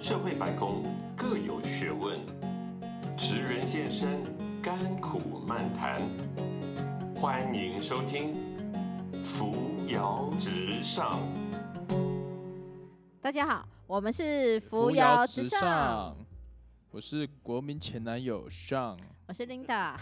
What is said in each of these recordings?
社会百工各有学问，职人现身，甘苦漫谈。欢迎收听《扶摇直上》。大家好，我们是扶摇直上，，我是国民前男友上，我是 Linda。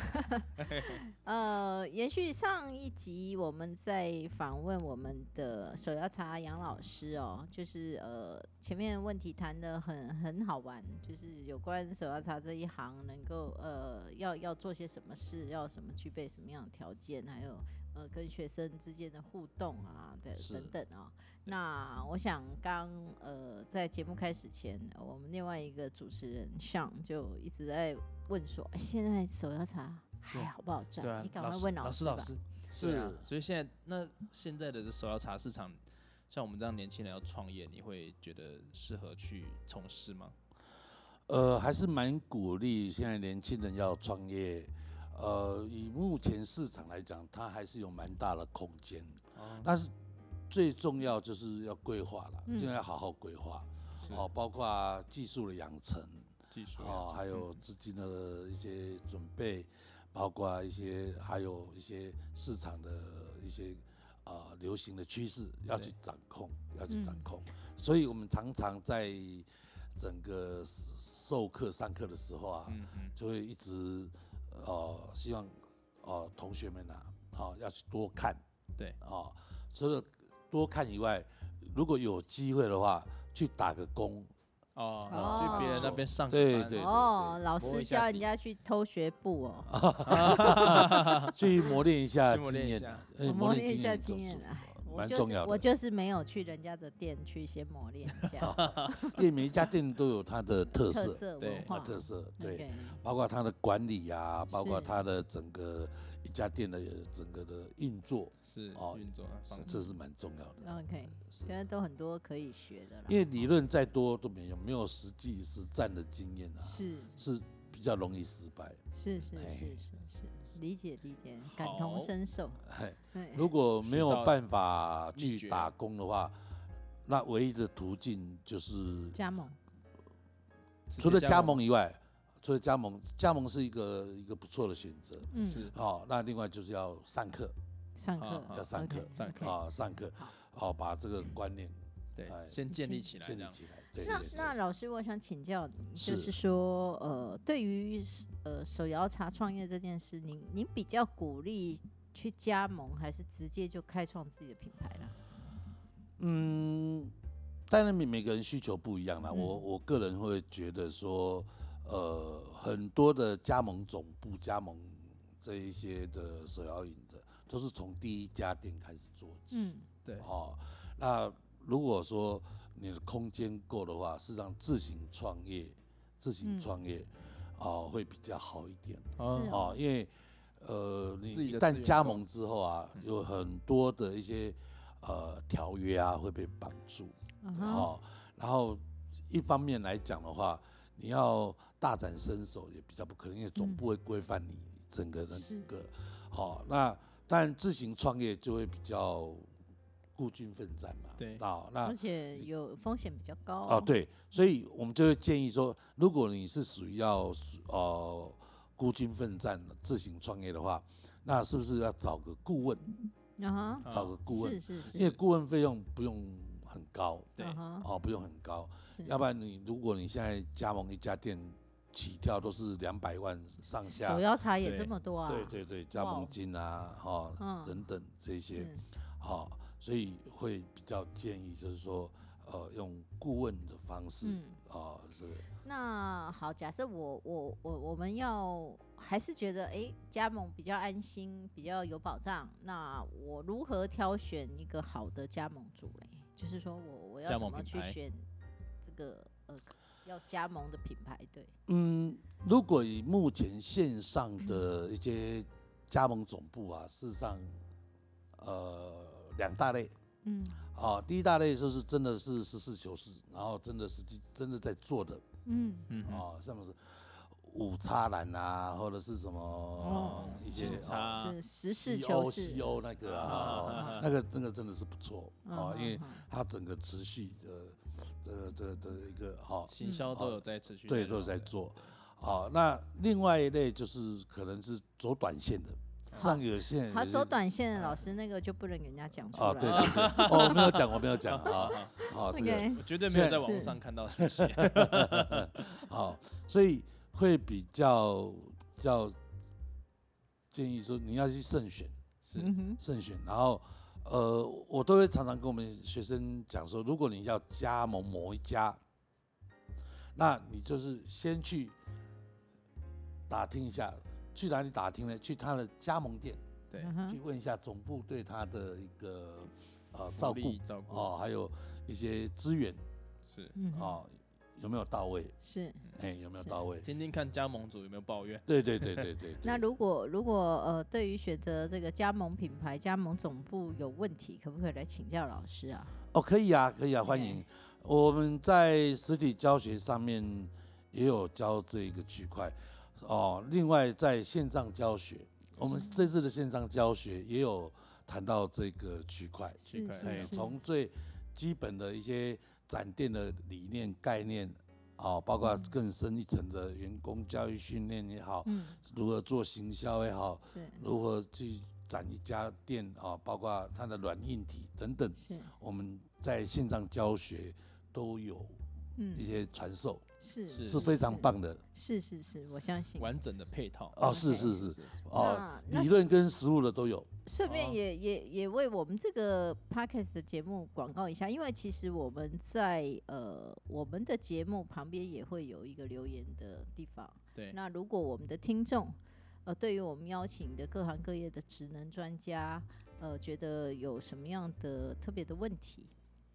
呃，延续上一集，我们在访问我们的手摇茶杨老师哦，就是呃前面问题谈的很很好玩，就是有关手摇茶这一行能够呃要要做些什么事，要什么具备什么样的条件，还有呃跟学生之间的互动啊，对是等等啊、那我想刚呃在节目开始前，呃我们另外一个主持人上就一直在问说，哎现在手摇茶还对好不好赚？对啊你，赶老快师问老师吧。老师是啊，所以现在那现在的这手摇茶市场，像我们这样年轻人要创业，你会觉得适合去从事吗？呃，还是蛮鼓励现在年轻人要创业。呃，以目前市场来讲，它还是有蛮大的空间。哦，但是最重要就是要规划了，嗯就要好好规划。是哦，包括技术的养成，技术哦，还有嗯资金的一些准备，包括一些还有一些市场的一些呃流行的趋势要去掌控，要去掌嗯控。所以我们常常在整个授课上课的时候啊，嗯嗯，就会一直呃希望呃同学们啊，好、要去多看，对啊、除了多看以外，如果有机会的话，去打个工，哦，哦去别人那边上个对班对哦，老摸师一下教底人家去偷学步 哦，啊去磨练一下去磨经练一验下啊，我呃磨练一下总经验是。哎我蛮就重是要我的就是没有去人家的店去先磨练一下因为每一家店都有它的 特特色，色对文啊它化。特色对 OK 包括它的管理啊，包括是它的整个一家店的呃整个的运作，是哦运作啊，方这是蛮重要的。 OK，是现在都很多可以学的了。因为理论再多都没有没有实际实战的经验啊，是是比较容易失败。是是哎是是是，理解理解，感同好身受。哎，对，如果没学有到办法秘去诀打工的话，那唯一的途径就是加盟直接除了加盟以外，除了加盟，加盟是一个一个不错的选择。嗯是哦，那另外就是要上课，上啊课啊要上 OK，课 OK 上课啊、上课，哦，把这个观念对哎先建立起来，建这立样起来。对，那对对啊那老师，我想请教你，就是是说，呃，对于呃手摇茶创业这件事，您您比较鼓励去加盟，还是直接就开创自己的品牌啦？嗯，当然每每个人需求不一样啦。嗯我我个人会觉得说，呃，很多的加盟总部、加盟这一些的手摇饮的，都是从第一家店开始做起。嗯，对哦，那如果说你的空间够的话，事实上自行创业，自嗯行创业，哦，会比较好一点。是哦哦，因为呃，你自己嗯一的旦资源加够盟之后啊，有很多的一些呃条约啊会被绑住啊哈，哦，然后一方面来讲的话，你要大展身手也比较不可能，因为总嗯部会规范你整个是那个哦，那当然自行创业就会比较孤军奋战嘛，对哦，那而且有风险比较高哦，，对，所以我们就会建议说，如果你是属于要呃孤军奋战、自行创业的话，那是不是要找个顾问？啊哈，啊找个嗯顾问，是是是，因为顾问费用不用很高对啊哈，哦，不用很高。是要不然你如果你现在加盟一家店，起跳都是两百万上下手，摇茶也对这么多啊，对对对，加哇哦盟金啊，哈、嗯等等这些。是，好、所以会比较建议就是说，呃，用顾问的方式，嗯。啊、这个那好，假设我我我我们要还是觉得，诶，加盟比较安心，比较有保障。那我如何挑选一个好的加盟主嘞？就是说我我要加怎盟么品去牌选这个呃要加盟的品牌？对，嗯，如果以目前线上的一些加盟总部啊，事实上，呃，两大类嗯啊，第一大类就是真的是实事求是，然后真的是真的在做的嗯嗯嗯啊，像是五叉兰啊，或者是什么哦一些警察啊是实事 C E 求 O 是 C，O 那个啊，啊那个那个真的是不错嗯啊，因为嗯嗯它整个持续的的的的一个好、行销都有在持续，嗯对，都有在。做。好、那另外一类就是可能是走短线的，像有些人好，有走些短线的老师那个就不能给人家讲出来啊，了。对对对，哦，我没有讲，我没有讲 啊，好，这个 OK，我绝对没有在网络是上看到讯息。啊 好，所以会比较比较建议说你要去慎选，是嗯哼，慎选，然后呃，我都会常常跟我们学生讲说，如果你要加盟某一家，那你就是先去打听一下，去哪里打听呢？去他的加盟店，对，嗯哼去问一下总部对他的一个呃照照顾顾照顾哦，还有一些资源是嗯哼，哦，有没有到位？是。哎，有没有是到位？听听看加盟主有没有抱怨。对对对对对。 那如果如果呃，对于选择这个加盟品牌、加盟总部有问题，可不可以来请教老师啊？哦，可以啊，可以啊，欢 OK 迎。我们在实体教学上面也有教这一个区块哦。另外，在线上教学，我们这次的线上教学也有谈到这个区块，奇是怪哎是，是，从最基本的一些展店的理念、概念。哦，包括更深一层的员工教育训练也好，嗯，如何做行销也好，是如何去展一家店啊、包括它的软硬体等等，是，我们在线上教学都有嗯，一些传授，是是是非常，棒的是是是，我相信。完整的配套。哦， OK 是是是哦，那那理论跟实物的都有，顺便哦也、也也为我们这个 podcast 的节目广告一下，因为其实我们在呃我们的节目旁边也会有一个留言的地方。对，那如果我们的听众呃对于我们邀请的各行各业的职能专家呃觉得有什么样的特别的问题，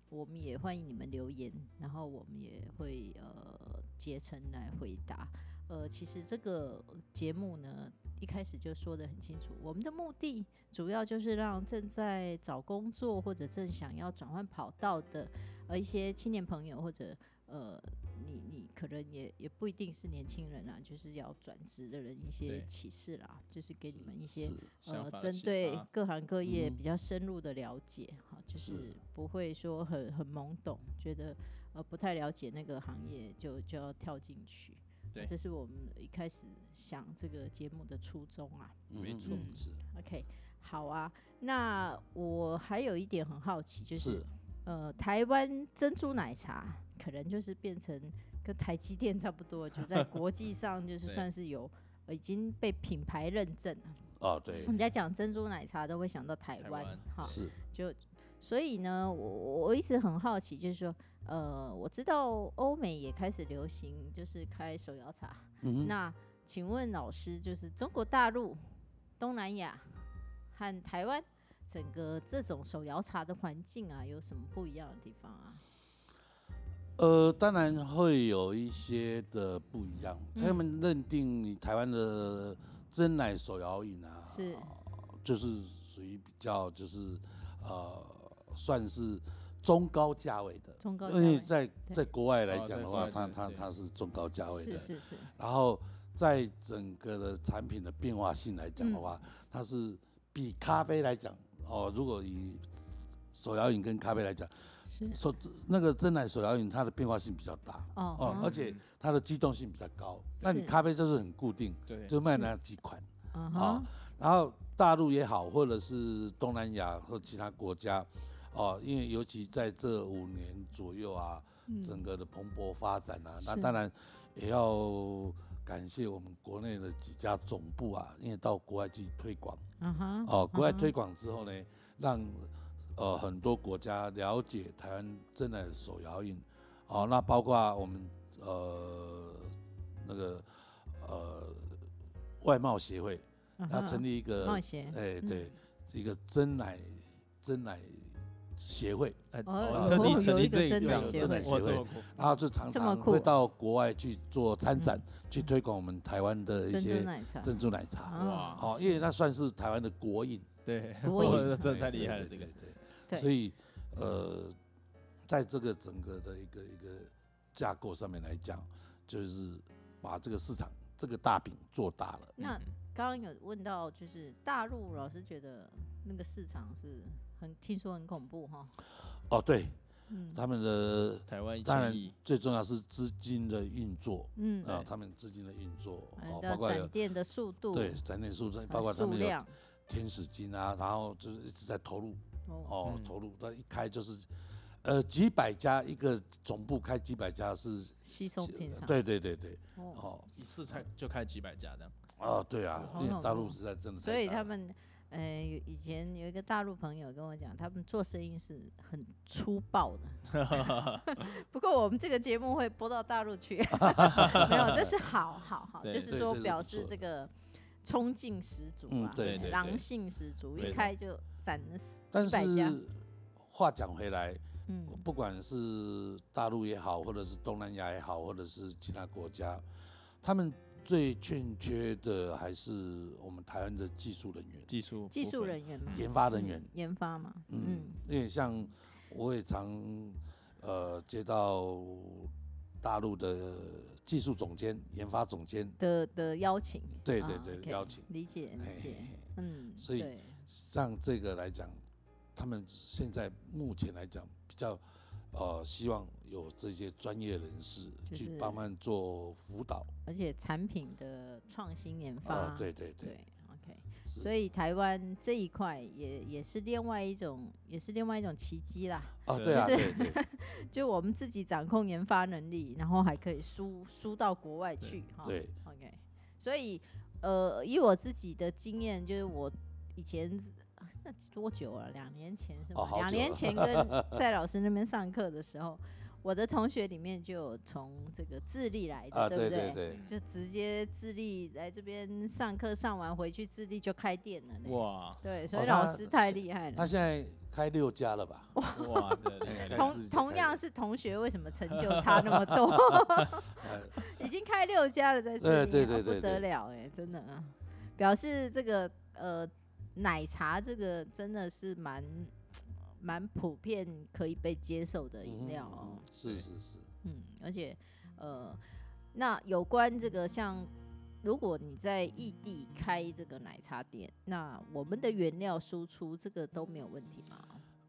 我们也欢迎你们留言，然后我们也会呃竭诚来回答。呃，其实这个节目呢，一开始就说得很清楚，我们的目的主要就是让正在找工作或者正想要转换跑道的呃一些青年朋友，或者呃你你可能也也不一定是年轻人啦，就是要转职的人一些对启示啦，就是给你们一些是呃想，法的针启对发各行各业嗯哼比较深入的了解，哈、就是是不会说很很懵懂，觉得呃不太了解那个行业就就要跳进去。对这是我们一开始想这个节目的初衷啊。没嗯错嗯是 OK，好啊。那我还有一点很好奇，就是是呃，台湾珍珠奶茶可能就是变成跟台积电差不多，就在国际上就是对算是有呃已经被品牌认证了。哦，对我们在讲珍珠奶茶都会想到台台湾湾哈，是就所以呢，我我一直很好奇，就是说，呃，我知道欧美也开始流行就是开手摇茶，嗯哼那请问老师，就是中国大陆、东南亚和台湾整个这种手摇茶的环境啊，有什么不一样的地方啊？呃，当然会有一些的不一样，嗯他们认定你台湾的真奶手摇饮啊，是就是属于比较就是呃，算是中高价位的。中高价因为位，在对在国外来哦在讲的国话，外它对它对它是中高价位是的，是是，然后在整个的产品的变化性来讲的话，它是比咖啡来讲哦，如果以手摇饮跟咖啡来讲，是手那个真奶手摇饮它的变化性比较大哦哦，而嗯且它的机动性比较高。那你是咖啡就是很固定，对，就卖那几款啊啊哈，。然后大陆也好，或者是东南亚或其他国家。哦，因为尤其在这五年左右啊，整个的蓬勃发展啊。那嗯是当然也要感谢我们国内的几家总部啊，因为到国外去推广啊哈，哦，国外啊哈推广之后呢，让呃很多国家了解台湾真的手摇饮哦，那包括我们呃那个呃外贸协会，啊它哈成立一个冒险哎、对，一个真奶真奶协会。哎哦哦有自己有成一立个这真这奶样协的会哇这么酷然啊后就常这么常酷嗯会到国外去做参展，去推广我们台湾的一珍珠些奶茶，珍珠奶茶。啊好，因为那算是台湾的国饮，对，国营哇真对的太厉对害了，对哦这个对对对所以呃，在这个整个的一个一个架构上面来讲，就是把这个市场这个大饼做大了。那嗯刚刚有问到，就是大陆老师觉得那个市场是很听说很恐怖哈，哦，对，嗯他们的台湾当然一起最重要是资金的运作嗯，啊对，他们资金的运作哦嗯，包的括有展店的速度，对展点数字，还有包括他数们有量，天使金啊，然后就是一直在投入哦，哦嗯，投入，但一开就是。呃，几百家一个总部开几百家是，稀松平常，对对对对，哦，哦一次才就开几百家这样，哦，对啊，好因恐为大怖陆实在真的太所大了，以他们。呃，有以前有一个大陆朋友跟我讲，他们做生意是很粗暴的。 不过我们这个节目会播到大陆去， 没有，这是好好好，对就是对说这是表不示错这个冲劲十足嗯啊，对对对狼性十足，一对开就攒了十但几百家。是话讲回来，嗯，不管是大陆也好，或者是东南亚也好，或者是其他国家，他们最欠缺的还是我们台湾的技术人员、技术技部术分人员嘛，研发人员嗯。研发嘛，嗯嗯，因为像我也常呃接到大陆的技术总监、研发总监，的的邀请，对啊对对 OK，邀请理解理嘿解嘿，嘿嗯，所以对像这个来讲，他们现在目前来讲比较呃希望有这些专业人士就去是帮忙做辅导而且产品的创新研发，啊、对对对，对，OK，是所以台湾这一块也也是另外一种，也是另外一种奇迹啦，啊是对啊就对 对，就我们自己掌控研发能力，然后还可以输输到国外去哈。对，OK。所以呃，以我自己的经验，就是我以前啊那多久了？两年前是吗？哦好久两年了前跟 在老师那边上课的时候，我的同学里面就有从这个智利来的，啊对不对对对，就直接智利来这边上课，上完回去智利就开店了呢。哇对，所以哦他老师太厉害了。他现在开六家了吧？哇，对 对对开自同己同开样的是同学，为什么成 就差那么多？呃已经开六家了，在这哎里、对哦对不对得对了哎、真的啊，表示这个呃奶茶这个真的是蛮蛮普遍可以被接受的饮料哦嗯，是是是，嗯，而且呃，那有关这个像。如果你在异地开这个奶茶店，那我们的原料输出这个都没有问题吗？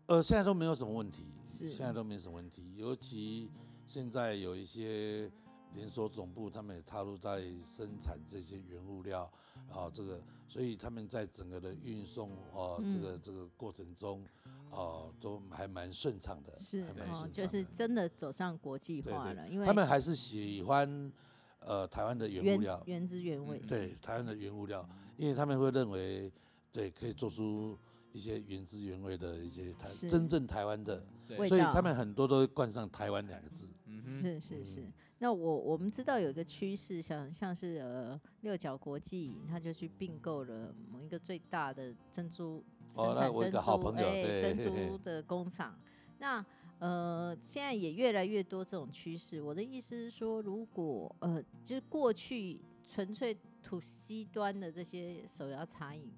呃现在都没有什么问题，是现在都没什么问题，尤其现在有一些。连锁总部他们也踏入在生产这些原物料，然后这个，所以他们在整个的运送哦、呃这个嗯这个过程中，哦、都还蛮顺畅的，是还蛮哦顺，就畅是的真的走上国际对化对了，因为他们还是喜欢呃台湾的原原物料，嗯原嗯汁原味，对台湾的原物料，因为他们会认为对可以做出一些原汁原味的一些台是真正台湾的，味对，所以道他们很多都会冠上台湾两个字。嗯哼，是是嗯是，那我我们知道有一个趋势，像像是呃六角国际，它就去并购了某一个最大的珍珠哦生那产我一珍个好珠朋友哎对珍嘿嘿珠的工厂。那呃现在也越来越多这种趋势。我的意思是说，如果呃就是过去纯粹土 C 端的这些手摇茶饮，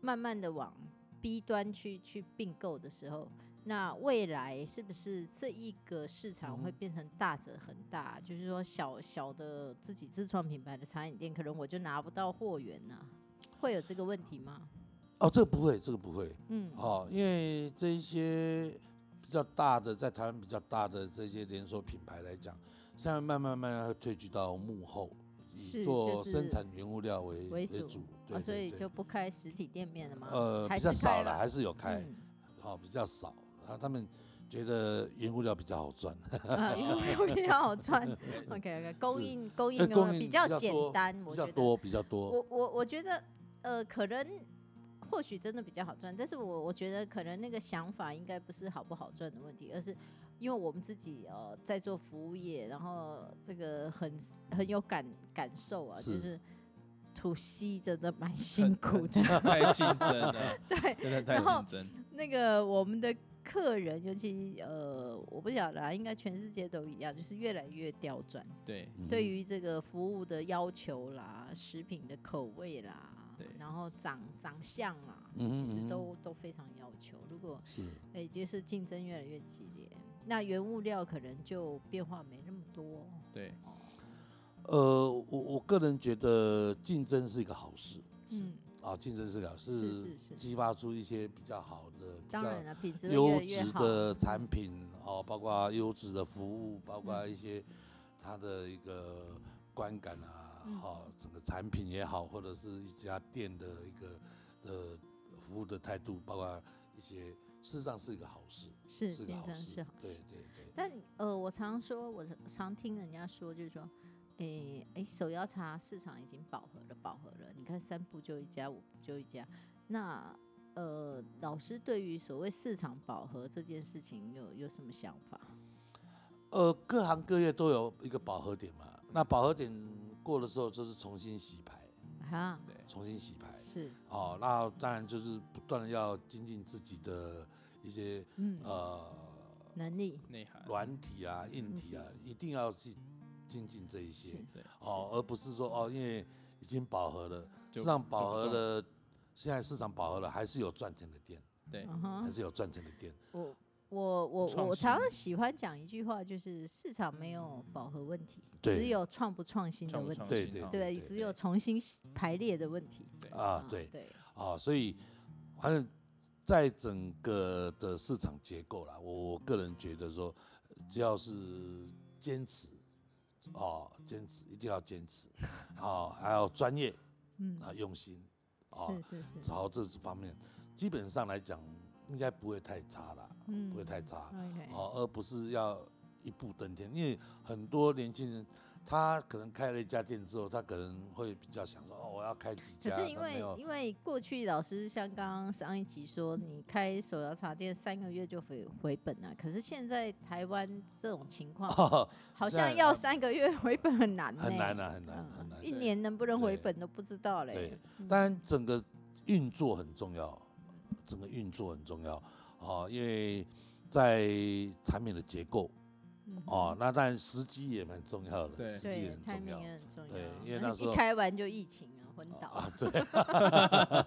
慢慢的往 B 端去去并购的时候，那未来是不是这一个嗯市场会变成大者很大？就是说小小的自己自创品牌的茶饮店，可能我就拿不到货源呐、会有这个问题吗？哦，这个不会，这个不会。嗯，哦，因为这一些比较大的，在台湾比较大的这些连锁品牌来讲，现在慢慢慢慢会退居到幕后，是以做就是生产原物料为为主主。对啊，所以对就不开实体店面了吗？呃还比是较少开了，了，还是有开， 嗯好、比较少。然后他们觉得原物料比较好赚，啊，因为有比较好赚。OK OK，供应供应呃没供有应比较比较简多单，比我较觉得多比较多。我我我觉得，呃，可能或许真的比较好赚，但是我我觉得可能那个想法应该不是好不好赚的问题，而是因为我们自己呃在做服务业，然后这个很很有感感受啊，就是是土西真的蛮辛苦的，太竞争了，对，真的太然后竞争，那个我们的客人，尤其呃，我不晓得啊，应该全世界都一样，就是越来越刁钻。对嗯对于这个服务的要求啦、食品的口味啦对，然后长长相啦，嗯哼其嗯实哼都都非常要求。如果是诶、就是竞争越来越激烈，那原物料可能就变化没那么多。对，哦呃，我我个人觉得竞争是一个好事，嗯，啊，竞争思考是是是激发出一些比较好的、比当较然了，品质会越优来越质好。的产品哦，包括优质的服务，包括嗯一些它的一个观感啊嗯，哦，整个产品也好，或者是一家店的一个的服务的态度，包括一些，事实上是一个好事，是是一个竞好争是事好，对事。对对，但呃，我常说，我常听人家说，就是说，诶、诶、手摇茶市场已经饱和了，饱和了。你看三步就一家，五步就一家。那呃，老师对于所谓市场饱和这件事情有有什么想法？呃，各行各业都有一个饱和点嘛，那饱和点过了之后，就是重新洗牌，啊，对，重新洗牌。是，哦，那当然就是不断的要精进自己的一些嗯，呃能力内涵软体啊、硬体啊，一定要去精进这一是些对哦，而不是说哦，因为已经饱和了，就市场就饱不和动了，现在市场饱和了，还是有赚钱的店，对，嗯哼还。是有赚钱的店。我我我创我常新常喜欢讲一句话，就是市场没有饱和问题，只对有创不创新的创不问创题，对新啊对哈对，对只有重新排列的问题。对啊，对对，啊，所以反正在整个的市场结构啦，我我个人觉得说，只要是坚持，哦，坚持一定要坚持，哦，还有专业嗯，啊，用心，哦是是是，朝这方面，基本上来讲应该不会太差啦，嗯不会太差， OK，哦，而不是要一步登天，因为很多年轻人。他可能开了一家店之后，他可能会比较想说：“哦，我要开几可家。”是因他没为有 因为过去老师像刚刚上一集说，你开手摇茶店三个月就回回本啊，可是现在台湾这种情况，好哦现在像要呃三个月 回本很难呢，很难啊，很难嗯很难。一年能不能回对本都不知道嘞对。，当然整个运作很重要，整个运作很重要哦，因为在产品的结构嗯哦，那当然时机也蛮重要的，对时机也对很， timing 啊重要也很重要。对因为然后那时候一开完就疫情啊，昏倒啊啊，，对，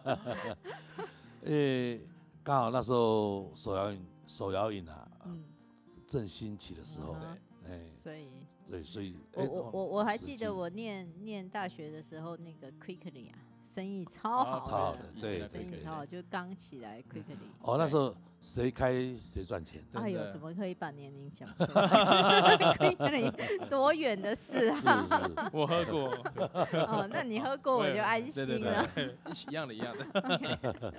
因为刚好那时候手摇饮手摇饮啊嗯，正兴起的时候嗯，对，哎，所以对，所以我哎我哦我我还时记机得我念念大学的时候，那个 Quickly 啊，生意超啊好超好的的，对生意 Quickly 超好，就刚起来 Quickly。哦那时候谁开谁赚钱，真哎呦，的怎么可以把年龄讲出 来？Quickly 多远的事啊！是是。 我喝过，哦，那你喝过我就安对对心了。对， 一样的一样的，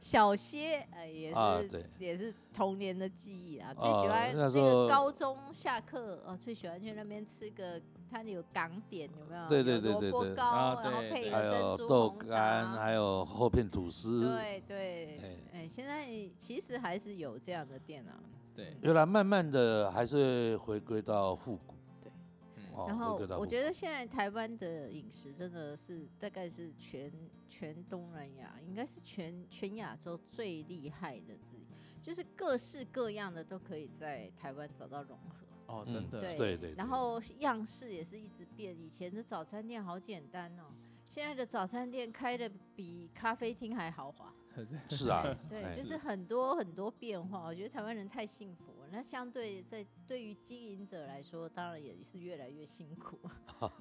小歇，呃，也是、啊对也是童年的记忆啊。哦最喜欢那时个候高中下课，呃，最喜欢去那边吃个，它有港点，有没有？对对有对萝对卜对糕，啊然后对配对还有珍珠豆红干，茶。还有厚片吐司。对对，哎哎、现在其实还是有这样的店啊。对，原来慢慢的还是回归到复古。对嗯哦，然后回归到我复觉得现在台湾的饮食真的是大概是全全东南亚，应该是全全亚洲最厉害的之一，就是各式各样的都可以在台湾找到融合。哦，嗯真古的，对对，然对后样式也是一直变，以前的早餐店好简单哦，现在的早餐店开的比咖啡厅还豪华。 是啊， 对，哎就是很多很多变化。我觉得台湾人太幸福了，那相对在对于经营者来说，当然也是越来越辛苦。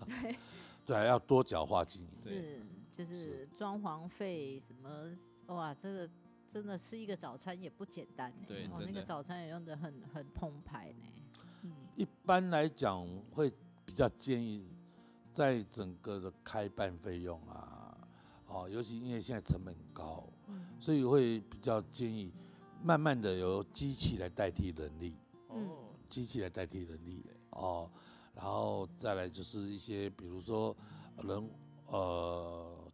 对啊，要多角化经营。是，就是装潢费什么，哇，这个真的吃一个早餐也不简单呢。对哦，真那个的早餐也用的很很澎湃呢。嗯，一般来讲，会比较建议在整个的开办费用啊，哦，尤其因为现在成本高，嗯所以会比较建议慢慢的由机器来代替人力。嗯哦，机器来代替人力对哦，然后再来就是一些比如说人呃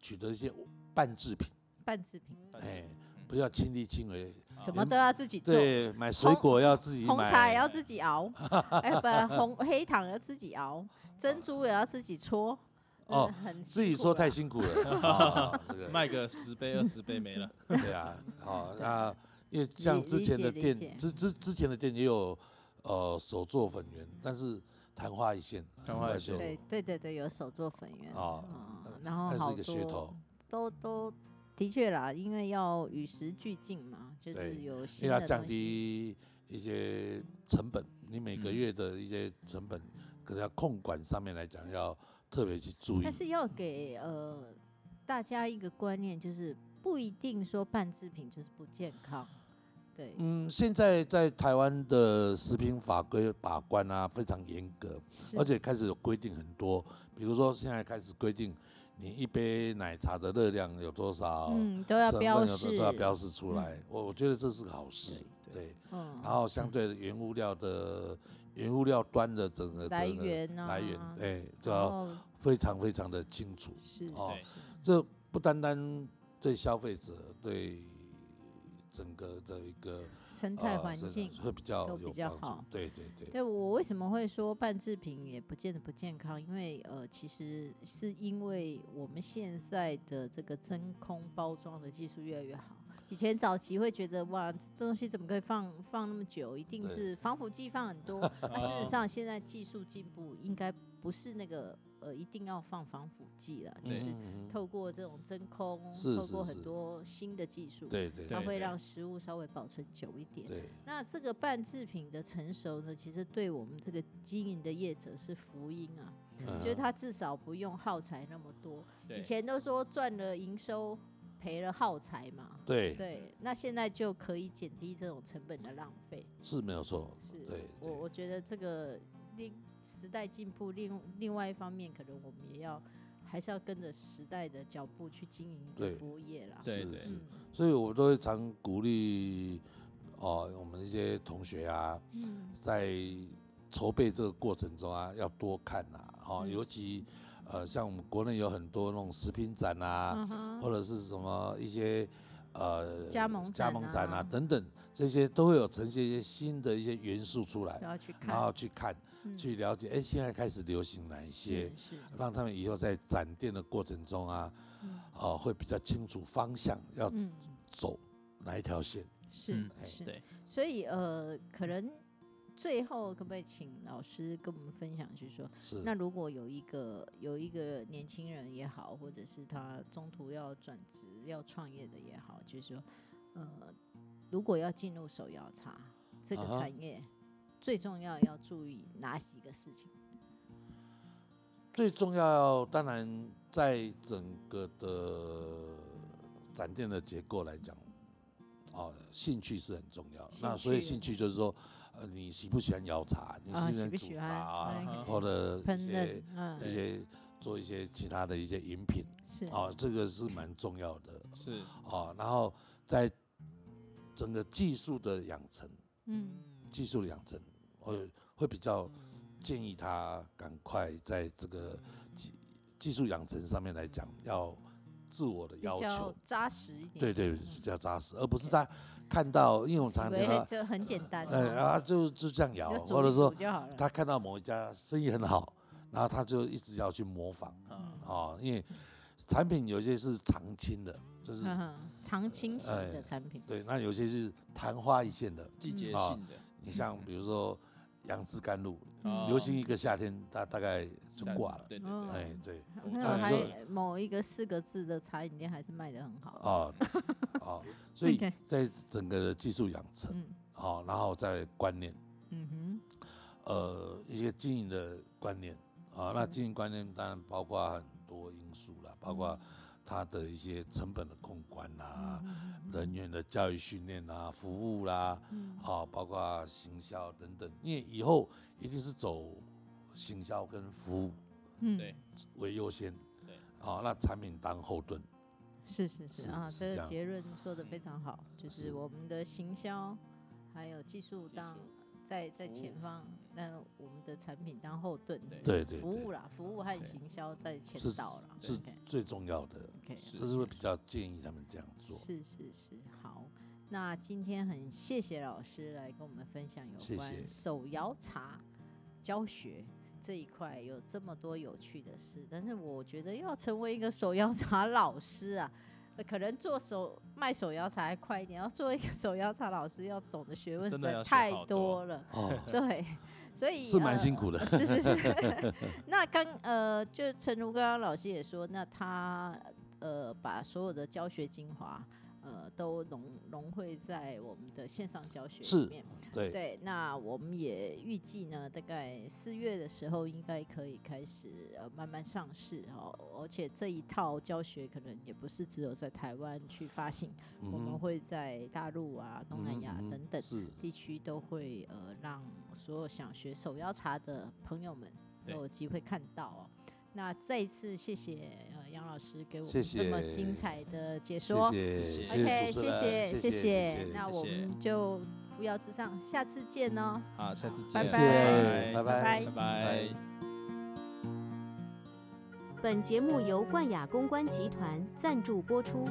取得一些半制品，半制品哎，嗯不要亲力亲为，好什么都要自己做。嗯对，买水果要自己红茶也买，要自己 熬，哎、不，红黑糖也要自己熬，珍珠也要自己搓。真的啊哦很辛自己苦说啦太辛苦了，啊，这 个卖个十杯二十杯没了，对啊，好，对那因为像理之前的理解理解店，之之之前的店也有呃手做粉圆，但是昙花一现，昙花一现很快对对对对，有手做粉圆哦嗯然后就，它好是一个噱多头，都都的确啦，因为要与时俱进嘛，就是对有因新为的它降东西。低一些成本，你每个月的一些成本，可能要控管上面来讲要特别去注意但。是要给呃大家一个观念，就是不一定说半制品就是不健康，对，嗯，现在在台湾的食品法规把关啊非常严格，是而且开始有规定很多，比如说现在开始规定你一杯奶茶的热量有多少，嗯都要啊成分标有多示，都要标示出来。我我觉得这是个好事，对对。然嗯，后相对的原物料的原物料端的整个来整个源啊哦来源，哎对，都然要后非常非常的清楚。是哦对这不单单对消费者，对整个的一个生态呃环生境。会比较都有比较帮助好对对对，对我为什么会说半制品也不见得不健康？因为呃，其实是因为我们现在的这个真空包装的技术越来越好。以前早期会觉得哇，这东西怎么可以放放那么久？一定对是防腐剂放很 多。那事实上，现在技术进步，应该不是那个呃，一定要放防腐剂了，就对是嗯嗯嗯透过这种真空，是透是过是很多新的技术，对对它对会让食物稍微保存久一点。对，那这个半制品的成熟呢，其实对我们这个经营的业者是福音啊，嗯就是他至少不用耗材那么多。以对，前都说赚了营收，赔了耗材嘛。对对，那现在就可以减低这种成本的浪费。是没有错，是对对我我觉得这个另时代进步，另另外一方面，可能我们也要还是要跟着时代的脚步去经营一对个服务业啦。对是对是嗯，所以我都会常鼓励哦，我们一些同学啊，嗯，在筹备这个过程中啊，要多看呐、哦，嗯尤其呃，像我们国内有很多那种食品展啊，嗯哼或者是什么一些呃加盟加展盟展啊啊等等，这些都会有呈现一些新的一些元素出来都，要去看然，后去看、嗯去了解，哎，现在开始流行哪一些，呃是是，让他们以后在展店的过程中啊，嗯哦、会比较清楚方向要嗯。走哪一条线。是嗯是，对，所以呃，可能最后可不可以请老师跟我们分享，就是说，是，那如果有一个有一个年轻人也好，或者是他中途要转职要创业的也好，就是说，呃，如果要进入手摇茶这个啊哈产业，最重要要注意哪几个事情？最重要，当然在整个的展店的结构来讲，哦，兴趣是很重要。兴那所以趣兴趣就是说，呃，你喜不喜欢摇茶，你喜喜欢不煮喜茶欢啊，哎或者一烹饪些，嗯，一些做一些其他的一些饮品，是，哦，这个是蛮重要的是哦。然后在整个技术的养成，嗯，技术的养成，我会比较建议他赶快在这个技技术养成上面来讲，要自我的比要较嗯求，扎实一点，对对，比较扎实，而不是他看到，因为我们常以常为听到，这很简单，呃，哦啊，就就这样摇，你就煮或者一说煮就好了，他看到某一家生意很好，然后他就一直要去模仿嗯啊，哦，因为产品有些是常青的，就是嗯哼，常青型哎的产品，对，那有些是昙花一现的，季节啊性的你像比如说杨枝甘露，嗯哦流行一个夏天，大大概就夏挂了。对对嗯对，哎，对，我那当然还就某一个四个字的茶饮店还是卖的很好。哦， 哦，所以 OK 在整个的技术养成，嗯哦，然后再观念，嗯哼，呃，一些经营的观念，啊，那经营观念当然包括很多因素嗯啦，包括它的一些成本的控管啦，嗯人员的教育训练啦，服务啦，嗯啊，包括行销等等，因为以后一定是走行销跟服务嗯，对，为优先，对，啊，那产品当后盾。是是是是啊，是这这个样结论说的非常好，就是是我们的行销还有技术当在在前方，但我们的产品当后盾，对对对服对务啦，服务和对行销在前是导啦，是 OK 最重要的， OK，是这是会比较建议他们这样做。是是是，好。那今天很谢谢老师来跟我们分享有谢关谢手摇茶教学这一块有这么多有趣的事，但是我觉得要成为一个手摇茶老师啊，呃可能做手卖手摇茶还快一点，要做一个手摇茶老师要懂的学问实真的在要学太好多多了，哦，对，所以是蛮呃辛苦的。是是是。 那刚呃，就陈如刚刚老师也说，那他呃把所有的教学精华呃都融融汇在我们的线上教学是里面。 对，对，那我们也预计呢，大概四月的时候应该可以开始呃慢慢上市哦，而且这一套教学可能也不是只有在台湾去发行，嗯我们哼会在大陆啊、东南亚嗯哼嗯哼等等是地区都会呃让所有想学手摇茶的朋友们都对有机会看到哦。那再一次谢谢呃杨老师给我谢们这么谢精彩的解说。谢谢谢谢谢 OK，主持谢人，谢谢谢，那谢我谢们就扶摇直上，下次见哦。好，下次见，拜谢谢拜拜拜拜拜拜。本节目由冠雅公关集团赞助播出。